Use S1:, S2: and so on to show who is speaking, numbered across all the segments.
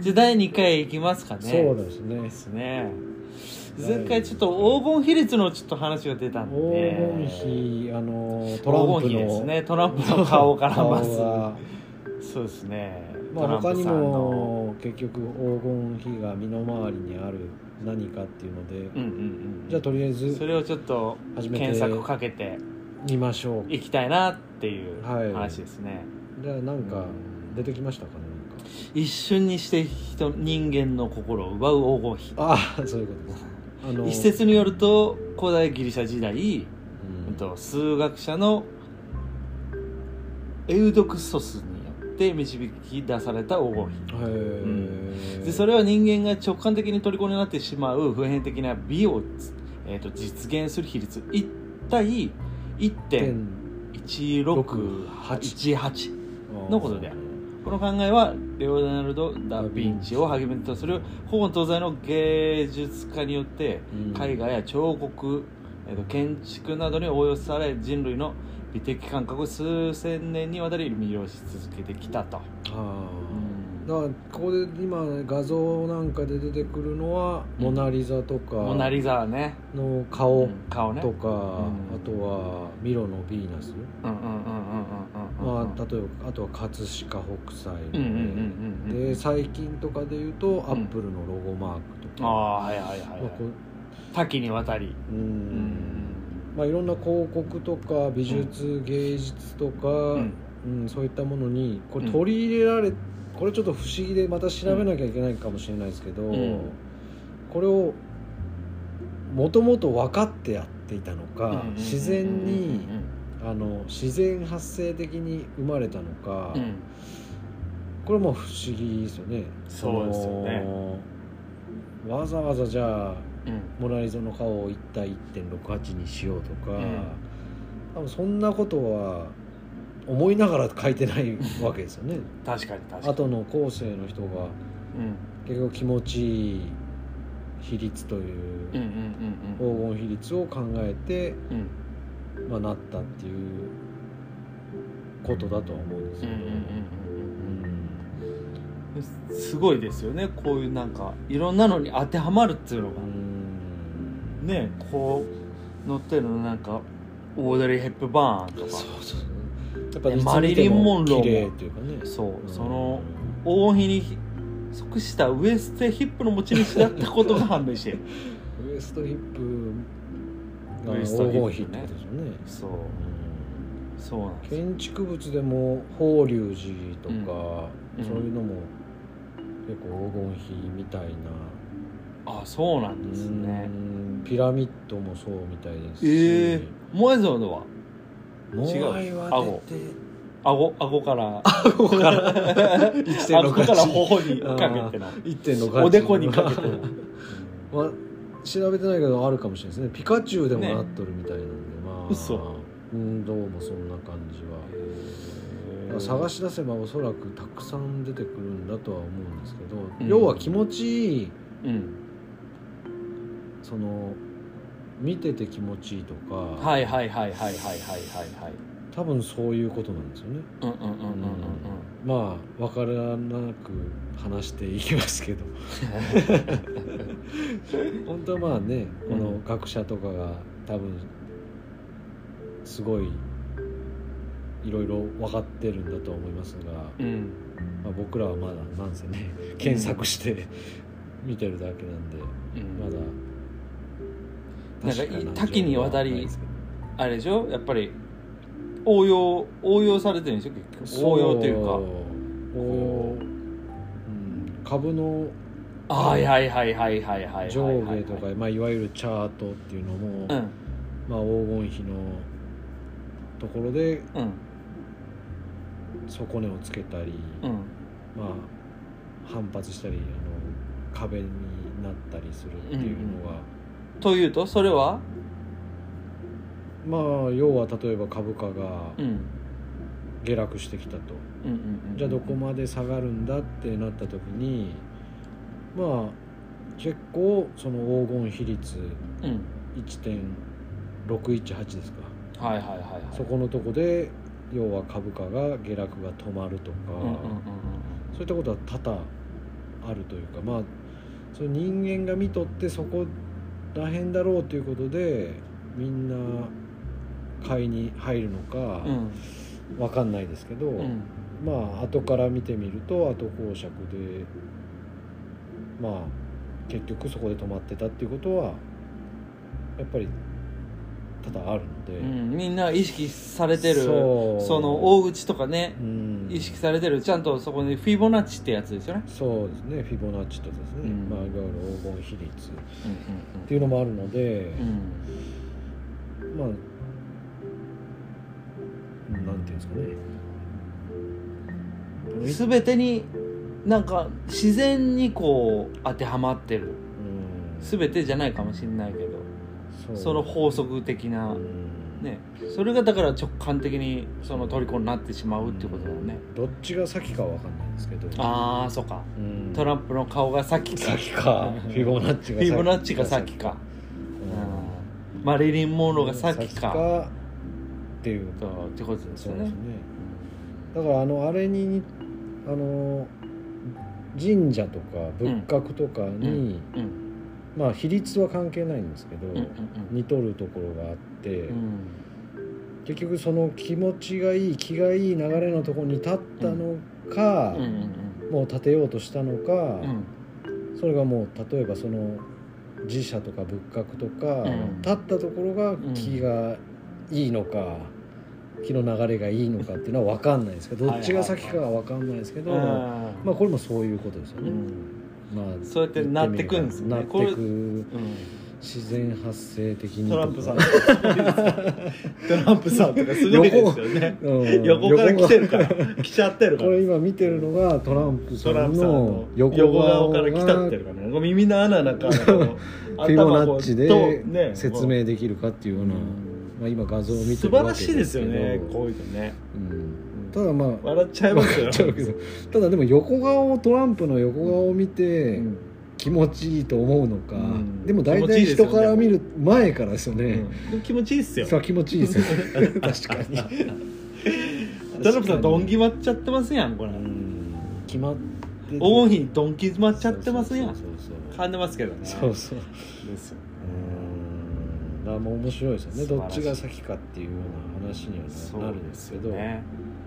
S1: じゃあ第2回いきますかね
S2: そうですね
S1: ですね前回ちょっと黄金比率のちょっと話が出たんで
S2: 黄金比あのトランプの
S1: 黄金比ですねトランプの顔からまず
S2: 顔が
S1: そうですね、
S2: まあ、他にも結局黄金比が身の回りにある何かっていうので、
S1: うんうんうん
S2: じゃあとりあえず
S1: それをちょっと
S2: 始めて
S1: 検索かけて
S2: 見ましょう
S1: いきたいなっていう
S2: はい
S1: 話ですね、
S2: じゃあなんか出てきましたかねなんか
S1: 一瞬にして人人間の心を奪う黄金比
S2: あ あそういうことですあ の
S1: 一説によると古代ギリシャ時代、
S2: うん
S1: うんと数学者のエウドクソスによって導き出された黄金比
S2: へえ、
S1: でそれは人間が直感的に虜になってしまう普遍的な美を、えー、と実現する比率1対1.1618のことであるこの考えはレオナルド・ダ・ヴィンチを励めとする古今東西の芸術家によって
S2: 海
S1: 絵画や彫刻、えーと建築などに応用され人類の美的感覚を数千年にわたり魅了し続けてきたと。
S2: ああだからここで今画像なんかで出てくるのは「モナ・リザ」とか
S1: モナ・リザはね
S2: の顔
S1: 顔ね
S2: とか、
S1: うん
S2: あとは「ミロのヴィーナス」
S1: うんうんうんうんうんうんうん
S2: まあ、例えばあとは葛飾北斎
S1: うんうんうんうんうん
S2: で最近とかで言うとアップルのロゴマーク
S1: あ
S2: とか、
S1: あはいはいはい、
S2: まあ
S1: は
S2: こう
S1: い、多岐にわたり
S2: うん
S1: うん
S2: まあ、いろんな広告とか美術、芸術とか、
S1: う
S2: うん
S1: ん
S2: そういったものにこれ
S1: うん
S2: 取り入れられ、これちょっと不思議でまた調べなきゃいけないかもしれないですけど、
S1: うん
S2: これをもともと分かってやっていたのか、
S1: うん
S2: 自然に
S1: うん
S2: あの自然発生的に生まれたのか、
S1: うんうんうん
S2: これも不思議ですよね。
S1: そうですよね
S2: そのわざわざじゃあ
S1: うん
S2: モナ・リザの顔を1対1.68にしようとか、
S1: うん
S2: 多分そんなことは思いながら書いてないわけですよね
S1: 確かに確かに
S2: 後の後世の人が
S1: うん
S2: 結局気持ちいい比率という
S1: うんうんうん
S2: 黄金比率を考えて、
S1: うんうん
S2: まあ、なったっていうことだとは思うんです
S1: う
S2: け
S1: ん
S2: ど、
S1: うん
S2: う
S1: うん
S2: ん
S1: うんすごいですよねこういうなんかいろんなのに当てはまるっていうのが
S2: うん
S1: ねこう載ってるのなんかオードリー・ヘップバーンと
S2: そう
S1: か
S2: そうやっぱり
S1: マリリンモンローも
S2: 綺麗というかね
S1: そううんその黄金比に即したウエストヒップの持ち主だったことが判明している
S2: ウエストヒップ
S1: ウ
S2: が
S1: エス
S2: 黄
S1: トヒップね
S2: 金比ってことですよね。
S1: そう
S2: うん
S1: そうなんですよ
S2: 建築物でも法隆寺とか、
S1: うん
S2: そういうのも結構黄金比みたいな、
S1: あそうなんですね
S2: うんピラミッドもそうみたいですし、
S1: ええモエゾーのは
S2: モアイは出て
S1: 顎顎から
S2: 顎から
S1: 顎から
S2: 1.68
S1: 頬にかけての
S2: 1.68
S1: おでこにかけての
S2: まあ、調べてないけどあるかもしれないですねピカチュウでも
S1: ね
S2: なっとるみたいなんで、まあ
S1: 嘘
S2: うんどうもそんな感じは、まあ探し出せばおそらくたくさん出てくるんだとは思うんですけど、
S1: うん
S2: 要は気持ちいい
S1: うん
S2: その見てて気持ちいいとか、
S1: はいはいはいはいはいはいはいはい
S2: 多分そういうことなんですよね
S1: うんうんうんうんうん
S2: まあ分からなく話していきますけど 本当はまあねこ
S1: う
S2: の
S1: ん
S2: 学者とかが多分すごいいろいろ分かってるんだと思いますが、
S1: うんうん
S2: まあ、僕らはまだなんせね検索して見てるだけなんで
S1: うん
S2: まだ
S1: なんか
S2: 確な情報は
S1: 多岐にわたり
S2: ないですけど
S1: あれでしょやっぱり応用応用されてるんでしょ結局応用というか
S2: そう応用、うん、株の
S1: あはいはいはいはいはいはいはいはい
S2: 上下とか、まあ、いわゆるチャートっていうのも、
S1: うん
S2: まあ、黄金比のところで
S1: うん
S2: 底根をつけたり、
S1: うん
S2: まあ、反発したりあの壁になったりするっていうのが、
S1: というとそれは
S2: まあ要は例えば株価が
S1: うん
S2: 下落してきたと、
S1: うんうんうん
S2: じゃあどこまで下がるんだってなった時にまあ結構その黄金比率
S1: うん
S2: 1.618ですか。
S1: はいはいはいはい
S2: そこのとこで要は株価が下落が止まるとか、
S1: うんうんうんうん
S2: そういったことは多々あるというかまあその人間が見とってそこら辺だろうということでみんな買いに入るのか
S1: うん
S2: わかんないですけど、
S1: うん
S2: まあ後から見てみると後講釈でまあ結局そこで止まってたっていうことはやっぱり多々あるので、
S1: うんみんな意識されてる
S2: そう
S1: その大口とかね
S2: うん
S1: 意識されてるちゃんとそこにフィボナッチってやつですよね
S2: そうですねフィボナッチとですね、
S1: うん
S2: まあ、いわゆる黄金比率っ
S1: うん
S2: ていうのもあるので、
S1: うんうん
S2: まあなんていうんですかね
S1: うん全てになんか自然にこう当てはまってる
S2: うん
S1: 全てじゃないかもしれないけど
S2: う
S1: その法則的な
S2: うん
S1: ねそれがだから直感的にその虜になってしまうってことだよね
S2: どっちが先かは分かんないんですけど
S1: ああそうか
S2: うん
S1: トランプの顔が先か
S2: 先かフィボナッチ
S1: フ
S2: が先
S1: ィボナッチが先かうんマリリン・モンローが先か
S2: っていう
S1: とってことです
S2: そう
S1: よ
S2: です
S1: ね
S2: ねだからあのあれにあの神社とか仏閣とかに、
S1: うん
S2: まあ比率は関係ないんですけど、
S1: うんうん
S2: 似とるところがあって、
S1: うんうん
S2: 結局その気持ちがいい気がいい流れのところに立ったのか
S1: うん、うん
S2: もう建てようとしたのか、
S1: うんうん
S2: それがもう例えばその寺社とか仏閣とか、
S1: うん
S2: 立ったところが気がいいのか、気の流れがいいのかっていうのは分かんないですけどどっちが先かは分かんないですけど、
S1: うん
S2: まあこれもそういうことですよね。
S1: うん
S2: まあ
S1: そうやってなってくんですね
S2: なってく
S1: うん
S2: 自然発生的に
S1: トランプさん
S2: と
S1: と
S2: か
S1: かトランプさんとかすごいですよね
S2: うん
S1: 横から来てるから来ちゃってるか
S2: これ
S1: ら
S2: 今見てるのがトランプさ
S1: トラン
S2: ん
S1: プさん
S2: の
S1: の
S2: 横
S1: 横
S2: 顔
S1: 顔
S2: が
S1: から来たってるからねこう耳の穴なんかこう
S2: フィボナ
S1: 頭こ
S2: ッ
S1: う
S2: チ
S1: と
S2: で説明できるかっていうような、
S1: うん
S2: まあ、今画像を見て
S1: 素
S2: る
S1: 晴
S2: わ
S1: ら
S2: け
S1: しいですよね
S2: けど
S1: こういうのね
S2: うんただまあ
S1: 笑っちゃいますよ
S2: 笑っちゃうけどただでも横顔をトランプの横顔を見て
S1: うん
S2: 気持ちいいと思うのか、
S1: うん
S2: でも大
S1: 気持ちい
S2: 体
S1: いですよ
S2: 人
S1: ね
S2: から見る前からですよね、
S1: うん気持ちいいっすよ
S2: さあ気持ちいいですよ確かに
S1: トランプさんドン
S2: ギ
S1: 決まっちゃってますやんこれ
S2: 決まって
S1: 黄金比にドン決まっちゃってますやん
S2: そうそうそう
S1: 噛んでますけどね
S2: そうそう
S1: ですよね
S2: うんだからもう面白いですよね
S1: 素晴
S2: どっ
S1: らし
S2: ち
S1: い
S2: が先かっていうような話にはなるんですけど
S1: そうよね、やっ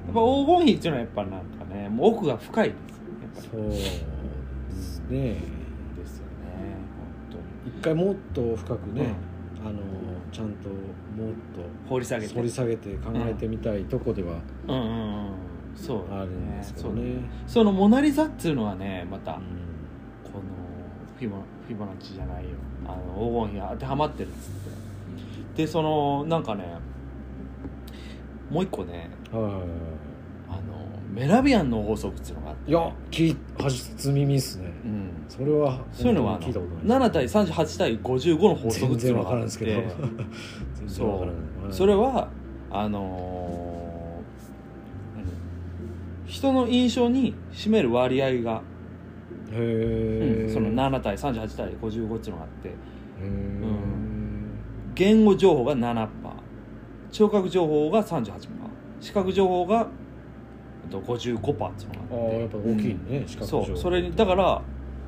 S1: ぱ黄金比っていうのはやっぱなんかねもう奥が深いですよねやっぱり
S2: そうですね
S1: ですよね本
S2: 一回もっと深く
S1: 当に
S2: ね
S1: ね、
S2: あのちゃんともっ
S1: 掘り下
S2: と
S1: げて
S2: 掘り下げて考えてみたいとこでは
S1: うんうんうんそうだね
S2: あるんですけ
S1: そ
S2: ど
S1: うね
S2: ね。
S1: そのモナ・リザっていうのはねまた
S2: う
S1: こ
S2: ん
S1: のフィボフィボナッチじゃないよあの黄金比が当てはまってるっつってでそのなんかねもう一個ね
S2: は
S1: あのメラビアンの法則っていうのがあって
S2: い。いや、き、初耳っすね。
S1: うん
S2: それは
S1: そういうのはあ
S2: 本当に聞いたこと
S1: の
S2: ない。
S1: 7対38対55の法則ってい
S2: 全
S1: う
S2: 然
S1: の
S2: わ
S1: が
S2: か
S1: あ
S2: らん
S1: っ
S2: ですけ ど
S1: て。
S2: 全
S1: そ
S2: 然わからん。
S1: うそれはあのー何人の印象に占める割合が、
S2: へー
S1: うんその7対38対55っていうのがあって
S2: へー
S1: 言語情報が7%聴覚情報が38%視覚情報がえっと55%っていうのがあって
S2: ああ、やっぱ大きいね。視覚
S1: そ
S2: 情
S1: う
S2: 報
S1: それにだか。
S2: あ
S1: ら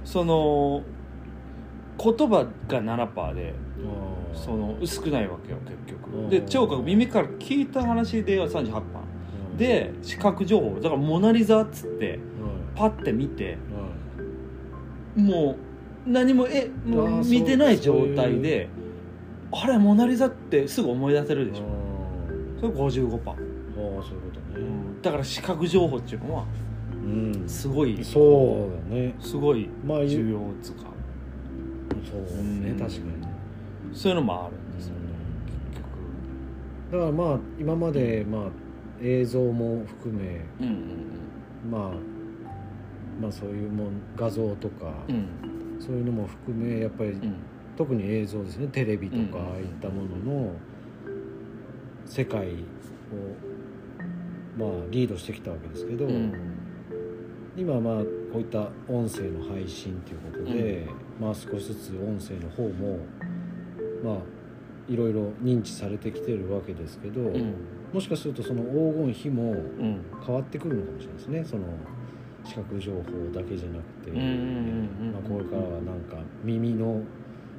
S1: その言葉が7%で
S2: ー
S1: その少ないわけよ結
S2: う
S1: 局
S2: ん
S1: で聴覚耳から聞いた話では38%
S2: うん
S1: で視覚情報だから「モナ・リザ」っつって
S2: は
S1: パッて見て
S2: いは
S1: もう何もえも
S2: あー
S1: う
S2: そう
S1: 見てない状態で「あれモナ・リザ」ってすぐ思い出せる
S2: い
S1: でし
S2: あ
S1: ょそれ55%、
S2: ーあー、そういうこと
S1: う
S2: ね。
S1: ん、だから視覚情報っていうのは
S2: うん。
S1: すごい
S2: そうだね。
S1: すごい
S2: まあ、
S1: 重要っつうか
S2: そうですね、
S1: うん
S2: 確かに。
S1: そういうのもあるんですよね結局
S2: だからまあ今までまあ映像も含め、
S1: うん
S2: まあ、まあそういうもん画像とか、
S1: うんうん
S2: そういうのも含めやっぱり、
S1: うん
S2: 特に映像ですねテレビとか
S1: うん
S2: ああいったものの世界をまあリードしてきたわけですけど、
S1: うん
S2: 今はまあこういった音声の配信ということで、まあ少しずつ音声の方もまあいろいろ認知されてきてるわけですけど、
S1: うん
S2: もしかするとその黄金比も
S1: うん
S2: 変わってくるのかもしれないですねその視覚情報だけじゃなくて、
S1: うんうんうんうん
S2: まあ、これからはなんか耳の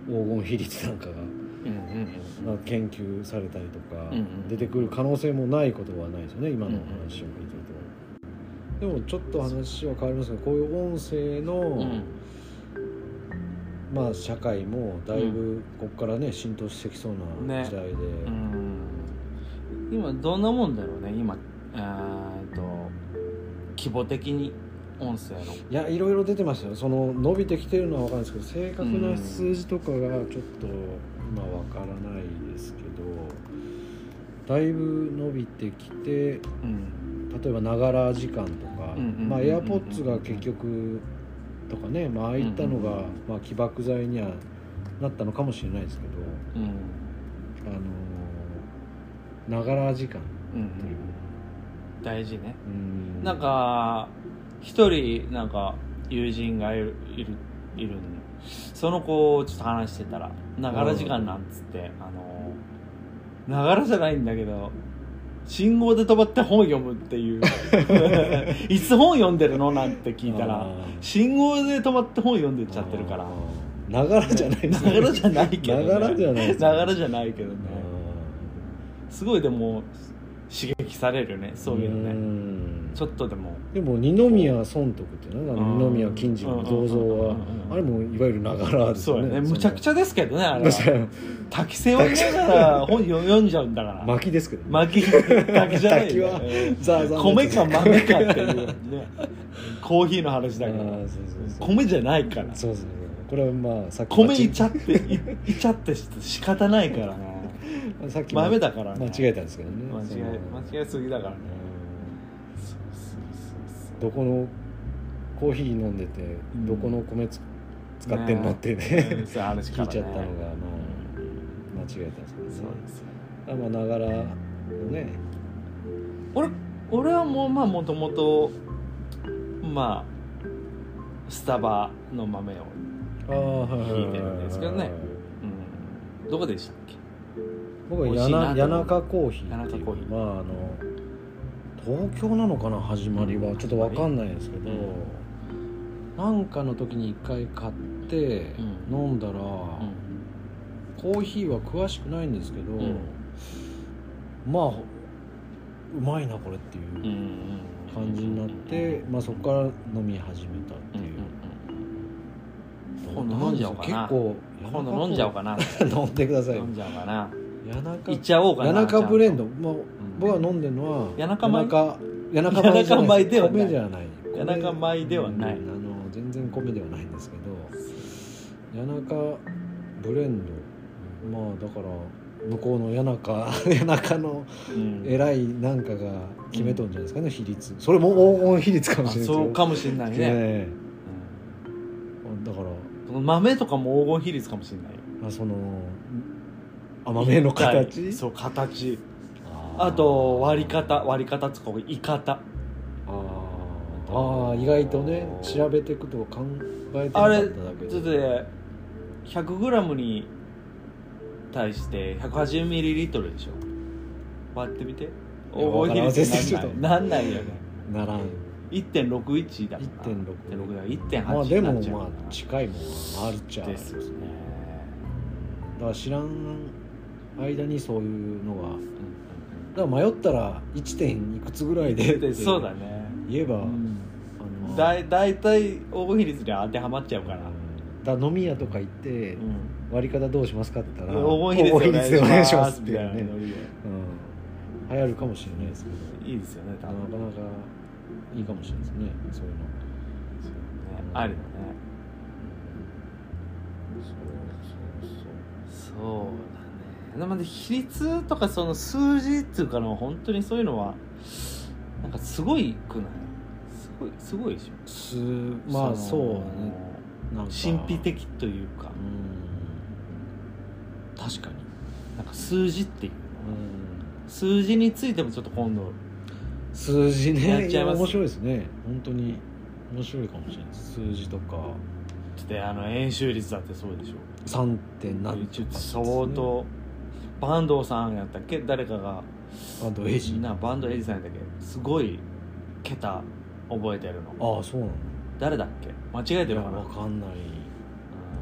S2: 黄金比率なんかが、
S1: うんうん
S2: まあ、研究されたりと
S1: う
S2: か、
S1: んうん
S2: 出てくる可能性もないことはないですよね今のお話を聞いてると。でもちょっと話は変わりますけどこういう音声
S1: う
S2: の、
S1: んうん
S2: まあ、社会もだいぶここからね浸透してきそうな
S1: ね
S2: 時代で、
S1: うん今どんなもんだろうね今えーっと規模的に音声の
S2: いやいろいろ出てましたよその伸びてきてるのは分かるんですけど正確な数字とかがちょっと今分からないですけどだいぶ伸びてきて
S1: うん
S2: 例えばながら時間とか
S1: うんうんうんうん
S2: まあ AirPods が結局とかねまあああいったのがまあ起爆剤にはなったのかもしれないですけど
S1: うん
S2: あのーながら時間
S1: うんう
S2: っていうん
S1: 大事ね
S2: うん
S1: なんか一人なんか友人がいるいるいるんその子をちょっと話してたら「ながら時間なん」つってあのながらじゃないんだけど信号で止まって本読むっていう いつ本読んでるのなんて聞いた
S2: あ
S1: ら
S2: ー
S1: 信号で止まって本読んでっちゃってるから
S2: ながらじゃないで
S1: な
S2: すね
S1: がらじゃないけどね
S2: ながらじゃないですね
S1: ながらじゃないけどね
S2: う
S1: すごいでも刺激されるよねそういうのね
S2: ん
S1: ちょっとでも
S2: でも二宮尊徳っていうのは
S1: うん
S2: 二宮金次の銅像は
S1: うんうんうんうん
S2: あれもいわゆるながらです
S1: そ
S2: よ
S1: う
S2: ね
S1: やねむちゃくちゃですけどねあ れは
S2: ゃ
S1: 滝背を見ながら本読読んじゃうんだから
S2: 巻きですけどね
S1: 巻き滝じゃないよ
S2: 滝
S1: ね
S2: ザー
S1: うん
S2: ザー
S1: 米か豆かっていう ねコーヒーの話だか
S2: あ
S1: ら
S2: ーそうそうそう
S1: 米じゃないから
S2: そうですねこれはまあさっき
S1: 米いち
S2: ゃ
S1: ゃっていいちゃってして仕方ないからね
S2: さっき
S1: 豆だからね
S2: 間違えたんですけどね
S1: 間違
S2: その
S1: え間違えすぎだからね
S2: うん
S1: そうそう
S2: どこのコーヒー飲んでて
S1: ん
S2: どこの米つ使ってんのってね
S1: そう話
S2: 聞
S1: か
S2: い
S1: らね
S2: ちゃったのがまあ間違えたんですけど
S1: そう
S2: ね
S1: ですよ
S2: あまあながらのね
S1: 俺俺はもうまあもともとまあスタバの豆を、
S2: あ
S1: いてるんですけどねうん、どこでしたっけ
S2: 僕は
S1: 美味しいな
S2: 谷
S1: と思う
S2: 中コーヒーってい
S1: 谷中
S2: う
S1: コーヒー
S2: まああの東京なのかな始まりはちょっとわかんないですけど、
S1: うん
S2: なんかの時に一回買って
S1: うん
S2: 飲んだら、
S1: ん
S2: コーヒーは詳しくないんですけど、
S1: ん
S2: まあうまいなこれっていう感じになって、まあ、そこから飲み始めたって
S1: うんう
S2: いう、
S1: ん今度飲んじゃおうかな
S2: 結構
S1: うん今度飲んじゃおうかな
S2: 飲んでください
S1: 飲んじゃおうかな
S2: 谷中
S1: 行っちゃおうかな
S2: 谷中ブレン
S1: ド
S2: ド、まあ、僕は飲んでるのは
S1: 谷中米
S2: 谷中谷中
S1: 谷中米ではない
S2: 米じゃない
S1: 谷中米ではない
S2: うんあの全然米ではないんですけど谷中ブレンドまあだから向こうの谷中 谷中の偉いなんかが決めとんじゃないですかね、比率それも黄金比率かもしれないで
S1: そ
S2: す
S1: うかもしれない
S2: ね
S1: ね、
S2: ね
S1: うん
S2: だから
S1: この豆とかも黄金比率かもしれないよ
S2: まあその甘めの
S1: 一体
S2: 形
S1: そう形
S2: あー
S1: あと割り方割り方っつうかい方
S2: あーあー意外とね調べていくと考えてなか
S1: あ
S2: った
S1: れ
S2: だけ
S1: だっ
S2: で
S1: て 100g に対して 180ml でしょ割ってみて
S2: や
S1: 黄金比率
S2: わからん
S1: になんないなんないよね
S2: ならん
S1: 1.61だから
S2: 1.6
S1: 1.6だから
S2: まあ
S1: 1.8
S2: で
S1: にな
S2: も
S1: っちゃう
S2: まあ近いもんはあるっちゃだ
S1: で
S2: か
S1: すよね
S2: ら知らん間にそういうのがだから迷ったら 1. 点いくつぐらいでって
S1: でそうだね
S2: 言えば、あの
S1: だい大体黄金比率に当てはまっちゃうから
S2: だから飲み屋とか行って
S1: うん
S2: 割り方どうしますかって言ったら
S1: 黄金比
S2: 黄金
S1: 率で
S2: 比で
S1: お
S2: お
S1: 願
S2: 願
S1: い
S2: い
S1: し
S2: し
S1: ま
S2: ますす
S1: み
S2: ったて
S1: い
S2: い
S1: な
S2: うね
S1: ノリで
S2: うん、流行るかもしれないですけど
S1: いいですよね多
S2: なか
S1: 分
S2: なかいいかもしれないですねそういうの
S1: そうねあるよね
S2: そうそう
S1: そうだねなので比率とかその数字っていうかの本当にそういうのはなんかすごいくないすごいすごいでしょ
S2: すまあそう
S1: の
S2: ねなんか
S1: 神秘的というか
S2: うん確かに
S1: なんか数字っていう
S2: うん
S1: 数字についてもちょっと今度
S2: 数字ね
S1: やっちゃいます
S2: や面白いですね本当に面白いかもしれないです数字とか
S1: ちょっとあの円周率だってそうでしょ
S2: 3. 点何
S1: ちょっと相当坂東さんやったっけ誰かが
S2: あとエイジ
S1: なバンドエイジさんやったっけすごい桁覚えてるの
S2: ああそうなの
S1: 誰だっけ間違えて
S2: い
S1: る
S2: や
S1: かな
S2: わかんない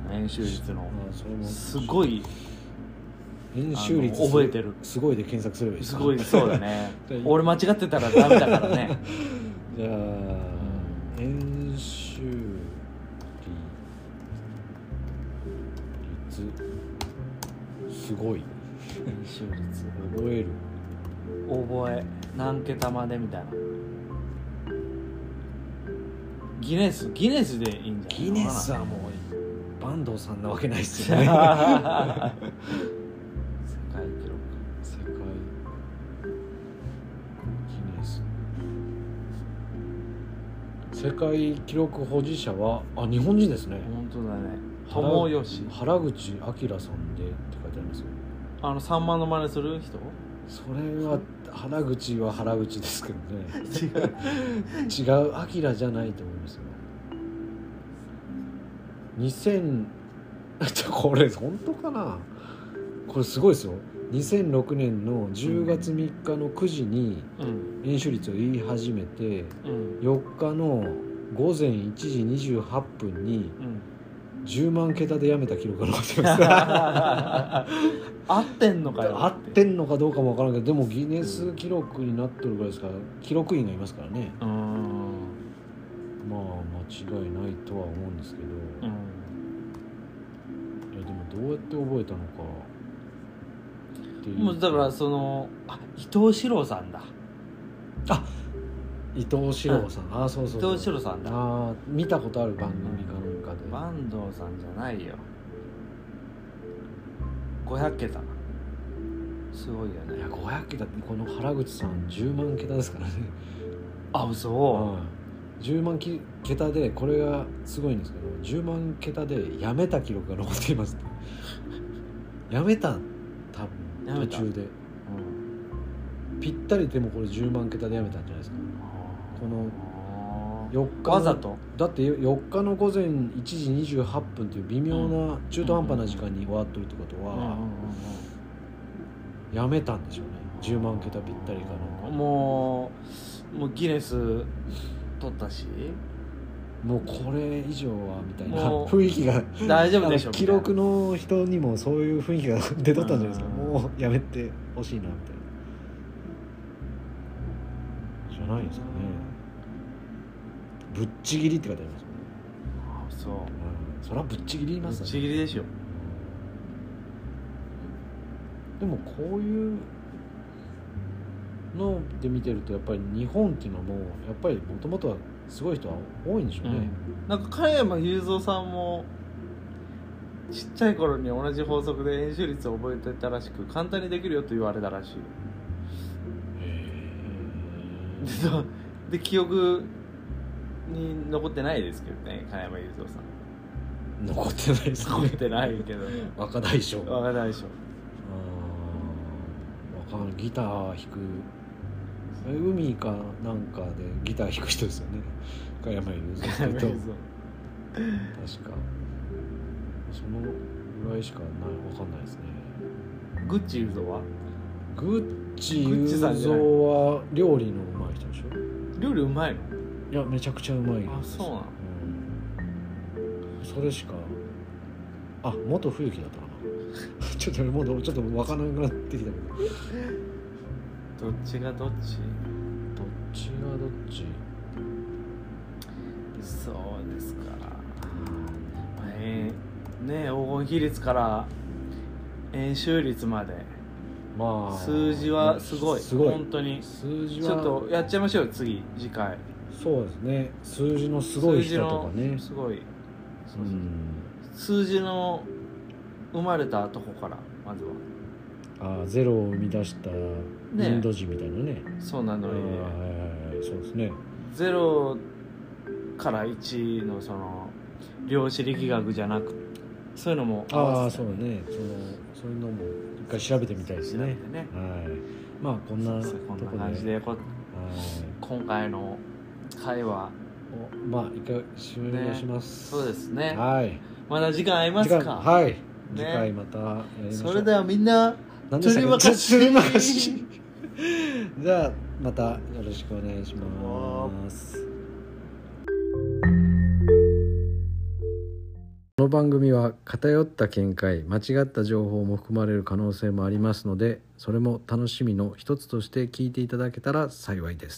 S1: うん編集室の
S2: ああそれも
S1: すごい
S2: 編集率
S1: あの覚えてる
S2: すごいで検索すればいい
S1: すごいそうだ ね
S2: で
S1: 俺間違ってたらダメだから ね
S2: じゃあ編集率すごい
S1: 編集率
S2: 覚える
S1: 覚え何桁までみたいなギネスギネスでいいんじゃない
S2: ギネスはもう坂東さんなわけないっ す
S1: 世
S2: よね世界
S1: 界記録
S2: ギネス世界記録保持者はあ日本人ですね
S1: 本当だね友吉
S2: 原口明さんでって書いてありますよ
S1: あの三万の真似する人
S2: それは原口は原口ですけどね
S1: 違う
S2: 違うアキラじゃないと思いますよ2000これ本当かなこれすごいですよ2006年の10月3日の9時に
S1: うん
S2: 演習率を言い始めて
S1: うん
S2: 4日の午前1時28分に
S1: うん
S2: 10万桁でやめた記録が残ってます
S1: 合ってんのかよ
S2: 合ってんのかどうかもわからんけどでもギネス記録になってるぐらいですから記録員がいますからね
S1: うーん
S2: まあ間違いないとは思うんですけど、
S1: うん
S2: いやでもどうやって覚えたのかっていう
S1: もうだからそのあ伊藤四郎さんだ
S2: 伊藤四郎さん、ああそう
S1: 伊
S2: そうそう
S1: 藤四郎さんだ
S2: ああ見たことある番組かなんかで、
S1: 坂東さんじゃないよ500桁すごいよ
S2: い
S1: ね
S2: や500桁ってこの原口さん10万桁ですからね、
S1: あ嘘
S2: はい10万き桁でこれがすごいんですけど10万桁でやめた記録が残っています、 やめた多
S1: や
S2: 分
S1: め
S2: 途
S1: た
S2: 中で
S1: うん
S2: ぴったりでもこれ10万桁でやめたんじゃないですかこの4日の
S1: わざと
S2: だって4日の午前1時28分という微妙な中途半端な時間に終わっとるってこと
S1: うんうんうん
S2: はやめたんでしょうね10万桁ぴったりか
S1: う
S2: なんんか
S1: もうもうギネス取ったし
S2: もうこれ以上はみたいな
S1: もう
S2: 雰囲気が
S1: 大丈夫でし
S2: あ
S1: ょ
S2: の記録
S1: み
S2: の人にもそういう雰囲気が出とったんじゃないですか
S1: うん
S2: もうやめてほしいなみたいなじゃないですかねぶっちぎりって書いてあります
S1: たいなあそう
S2: よね、うん、それはぶっちぎりま
S1: ぶっ
S2: すね
S1: ちぎりでしょ
S2: でもこういうので見てるとやっぱり日本っていうのはもうやっぱりもともとはすごい人は多いんでしょうね、
S1: なんか加山雄三さんもちっちゃい頃に同じ法則で円周率を覚えてたらしく簡単にできるよと言われたらしいでそうで記憶に残ってないですけどね加山雄三さん
S2: 残ってないです
S1: 残 ってないけど
S2: 若大将
S1: わかんないでしょ
S2: あーわかんないギター弾くえ海かなんかでギター弾く人ですよね加山雄三
S1: 加
S2: さん
S1: 山
S2: と
S1: 雄
S2: 確かそのぐらいしかないわかんないですね
S1: 三グッチ雄三は
S2: グッチ
S1: グッ
S2: 雄
S1: チさんじ
S2: 三
S1: ゃない
S2: は料理のうまい人でし
S1: 料理うまいの
S2: ょいやめちゃくちゃうまい
S1: あそうなの
S2: うんそれしかあ元冬樹だったかな ちょっともうちょっとわからなくなってきたけど
S1: どっちがどっち
S2: どっちがどっち
S1: そうですかえーね黄金比率から円周率まで
S2: まあ
S1: 数字はすごい
S2: すごい
S1: 本当に
S2: 数字
S1: ち
S2: は
S1: ょっとやっちゃいましょうよ次次回
S2: そうですね数字のすごい人とか
S1: 数
S2: ね
S1: 字のすごいそううそうん数字の生まれたとこからまずは
S2: あゼロを生み出したインド人みたいなね
S1: そうな
S2: あー
S1: のに
S2: はいはいはいそうですね
S1: 0から1のその量子力学じゃなくそういうのも合
S2: ああ
S1: わせ
S2: そうだねそのそういうのも一回調べてみたいですね
S1: 調べてね
S2: はいまあこんなと
S1: そうこん
S2: こ
S1: な
S2: で
S1: 感じでこ
S2: はい
S1: 今回の会は
S2: おまあ一回終了します、
S1: そうですね
S2: はい
S1: まだ時間あります
S2: 次回
S1: か
S2: はい、次回またやりましょう
S1: それではみんな
S2: 何でしたっけ
S1: 鶴巻
S2: つ鶴巻じゃあまたよろしくお願いします。の番組は偏った見解間違った情報も含まれる可能性もありますのでそれも楽しみの一つとして聞いていただけたら幸いです